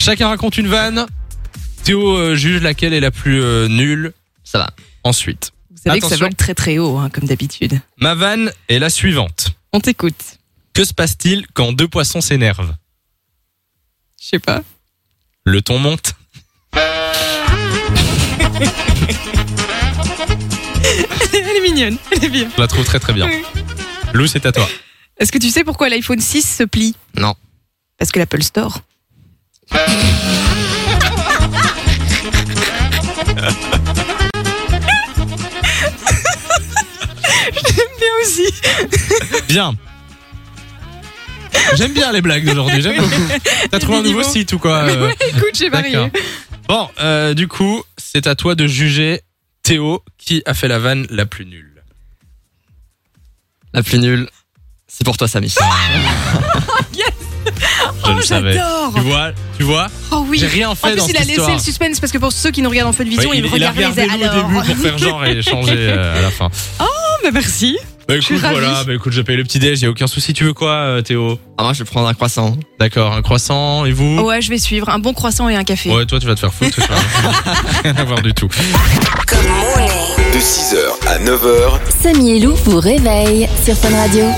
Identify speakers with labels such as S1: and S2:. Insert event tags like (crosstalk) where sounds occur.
S1: Chacun raconte une vanne. Théo euh, juge laquelle est la plus euh, nulle.
S2: Ça va.
S1: Ensuite,
S2: Vous savez que ça
S1: Attention.
S2: vole très très haut, hein, comme d'habitude.
S1: ma vanne est la suivante.
S2: On t'écoute.
S1: Que se passe-t-il quand deux poissons s'énervent
S2: Je sais pas.
S1: Le ton monte.
S2: (laughs) Elle est mignonne, elle est bien.
S1: Je la trouve très très bien.
S2: Oui.
S1: Lou, c'est à toi.
S2: Est-ce que tu sais pourquoi l'iPhone 6 se plie
S3: Non.
S2: Parce que l'Apple (laughs) Store. J'aime bien aussi.
S1: Bien. J'aime bien les blagues d'aujourd'hui, j'aime beaucoup. T'as trouvé un
S2: Des
S1: nouveau
S2: niveaux.
S1: site ou quoi
S2: Mais
S1: euh,
S2: ouais, écoute, j'ai varié.
S1: D'accord. Bon, euh, du coup, c'est à toi de juger Théo qui a fait la vanne la plus nulle.
S3: La plus nulle, c'est pour toi,
S2: (laughs)
S3: Samy.
S1: Je
S2: Oh,
S1: le savais.
S2: j'adore.
S1: Tu vois, tu vois,
S2: Oh oui.
S1: j'ai rien
S2: En
S1: fait
S2: plus,
S1: dans
S2: il
S1: cette
S2: a laissé
S1: histoire.
S2: le suspense parce que pour ceux qui nous regardent en feu de vision,
S1: Ouais,
S2: ils
S1: il, il a
S2: regardent les
S1: regardé Lou au
S2: alors.
S1: début pour faire genre et
S2: (laughs)
S1: changer euh, à la fin.
S2: Oh, bah merci.
S1: Bah
S2: Je suis
S1: écoute, voilà,
S2: ravie.
S1: bah écoute, je paye le petit déj, y a aucun souci. Tu veux quoi, euh, Théo
S3: Ah, moi, je vais prendre un croissant.
S1: D'accord, un croissant et vous
S2: Ouais, je vais suivre un bon croissant et un café.
S1: Ouais, toi, tu vas te faire foutre. tu
S2: (laughs)
S1: vas rien avoir du tout.
S4: De 6h à 9h,
S5: Samy et Lou vous réveille sur Fun Radio.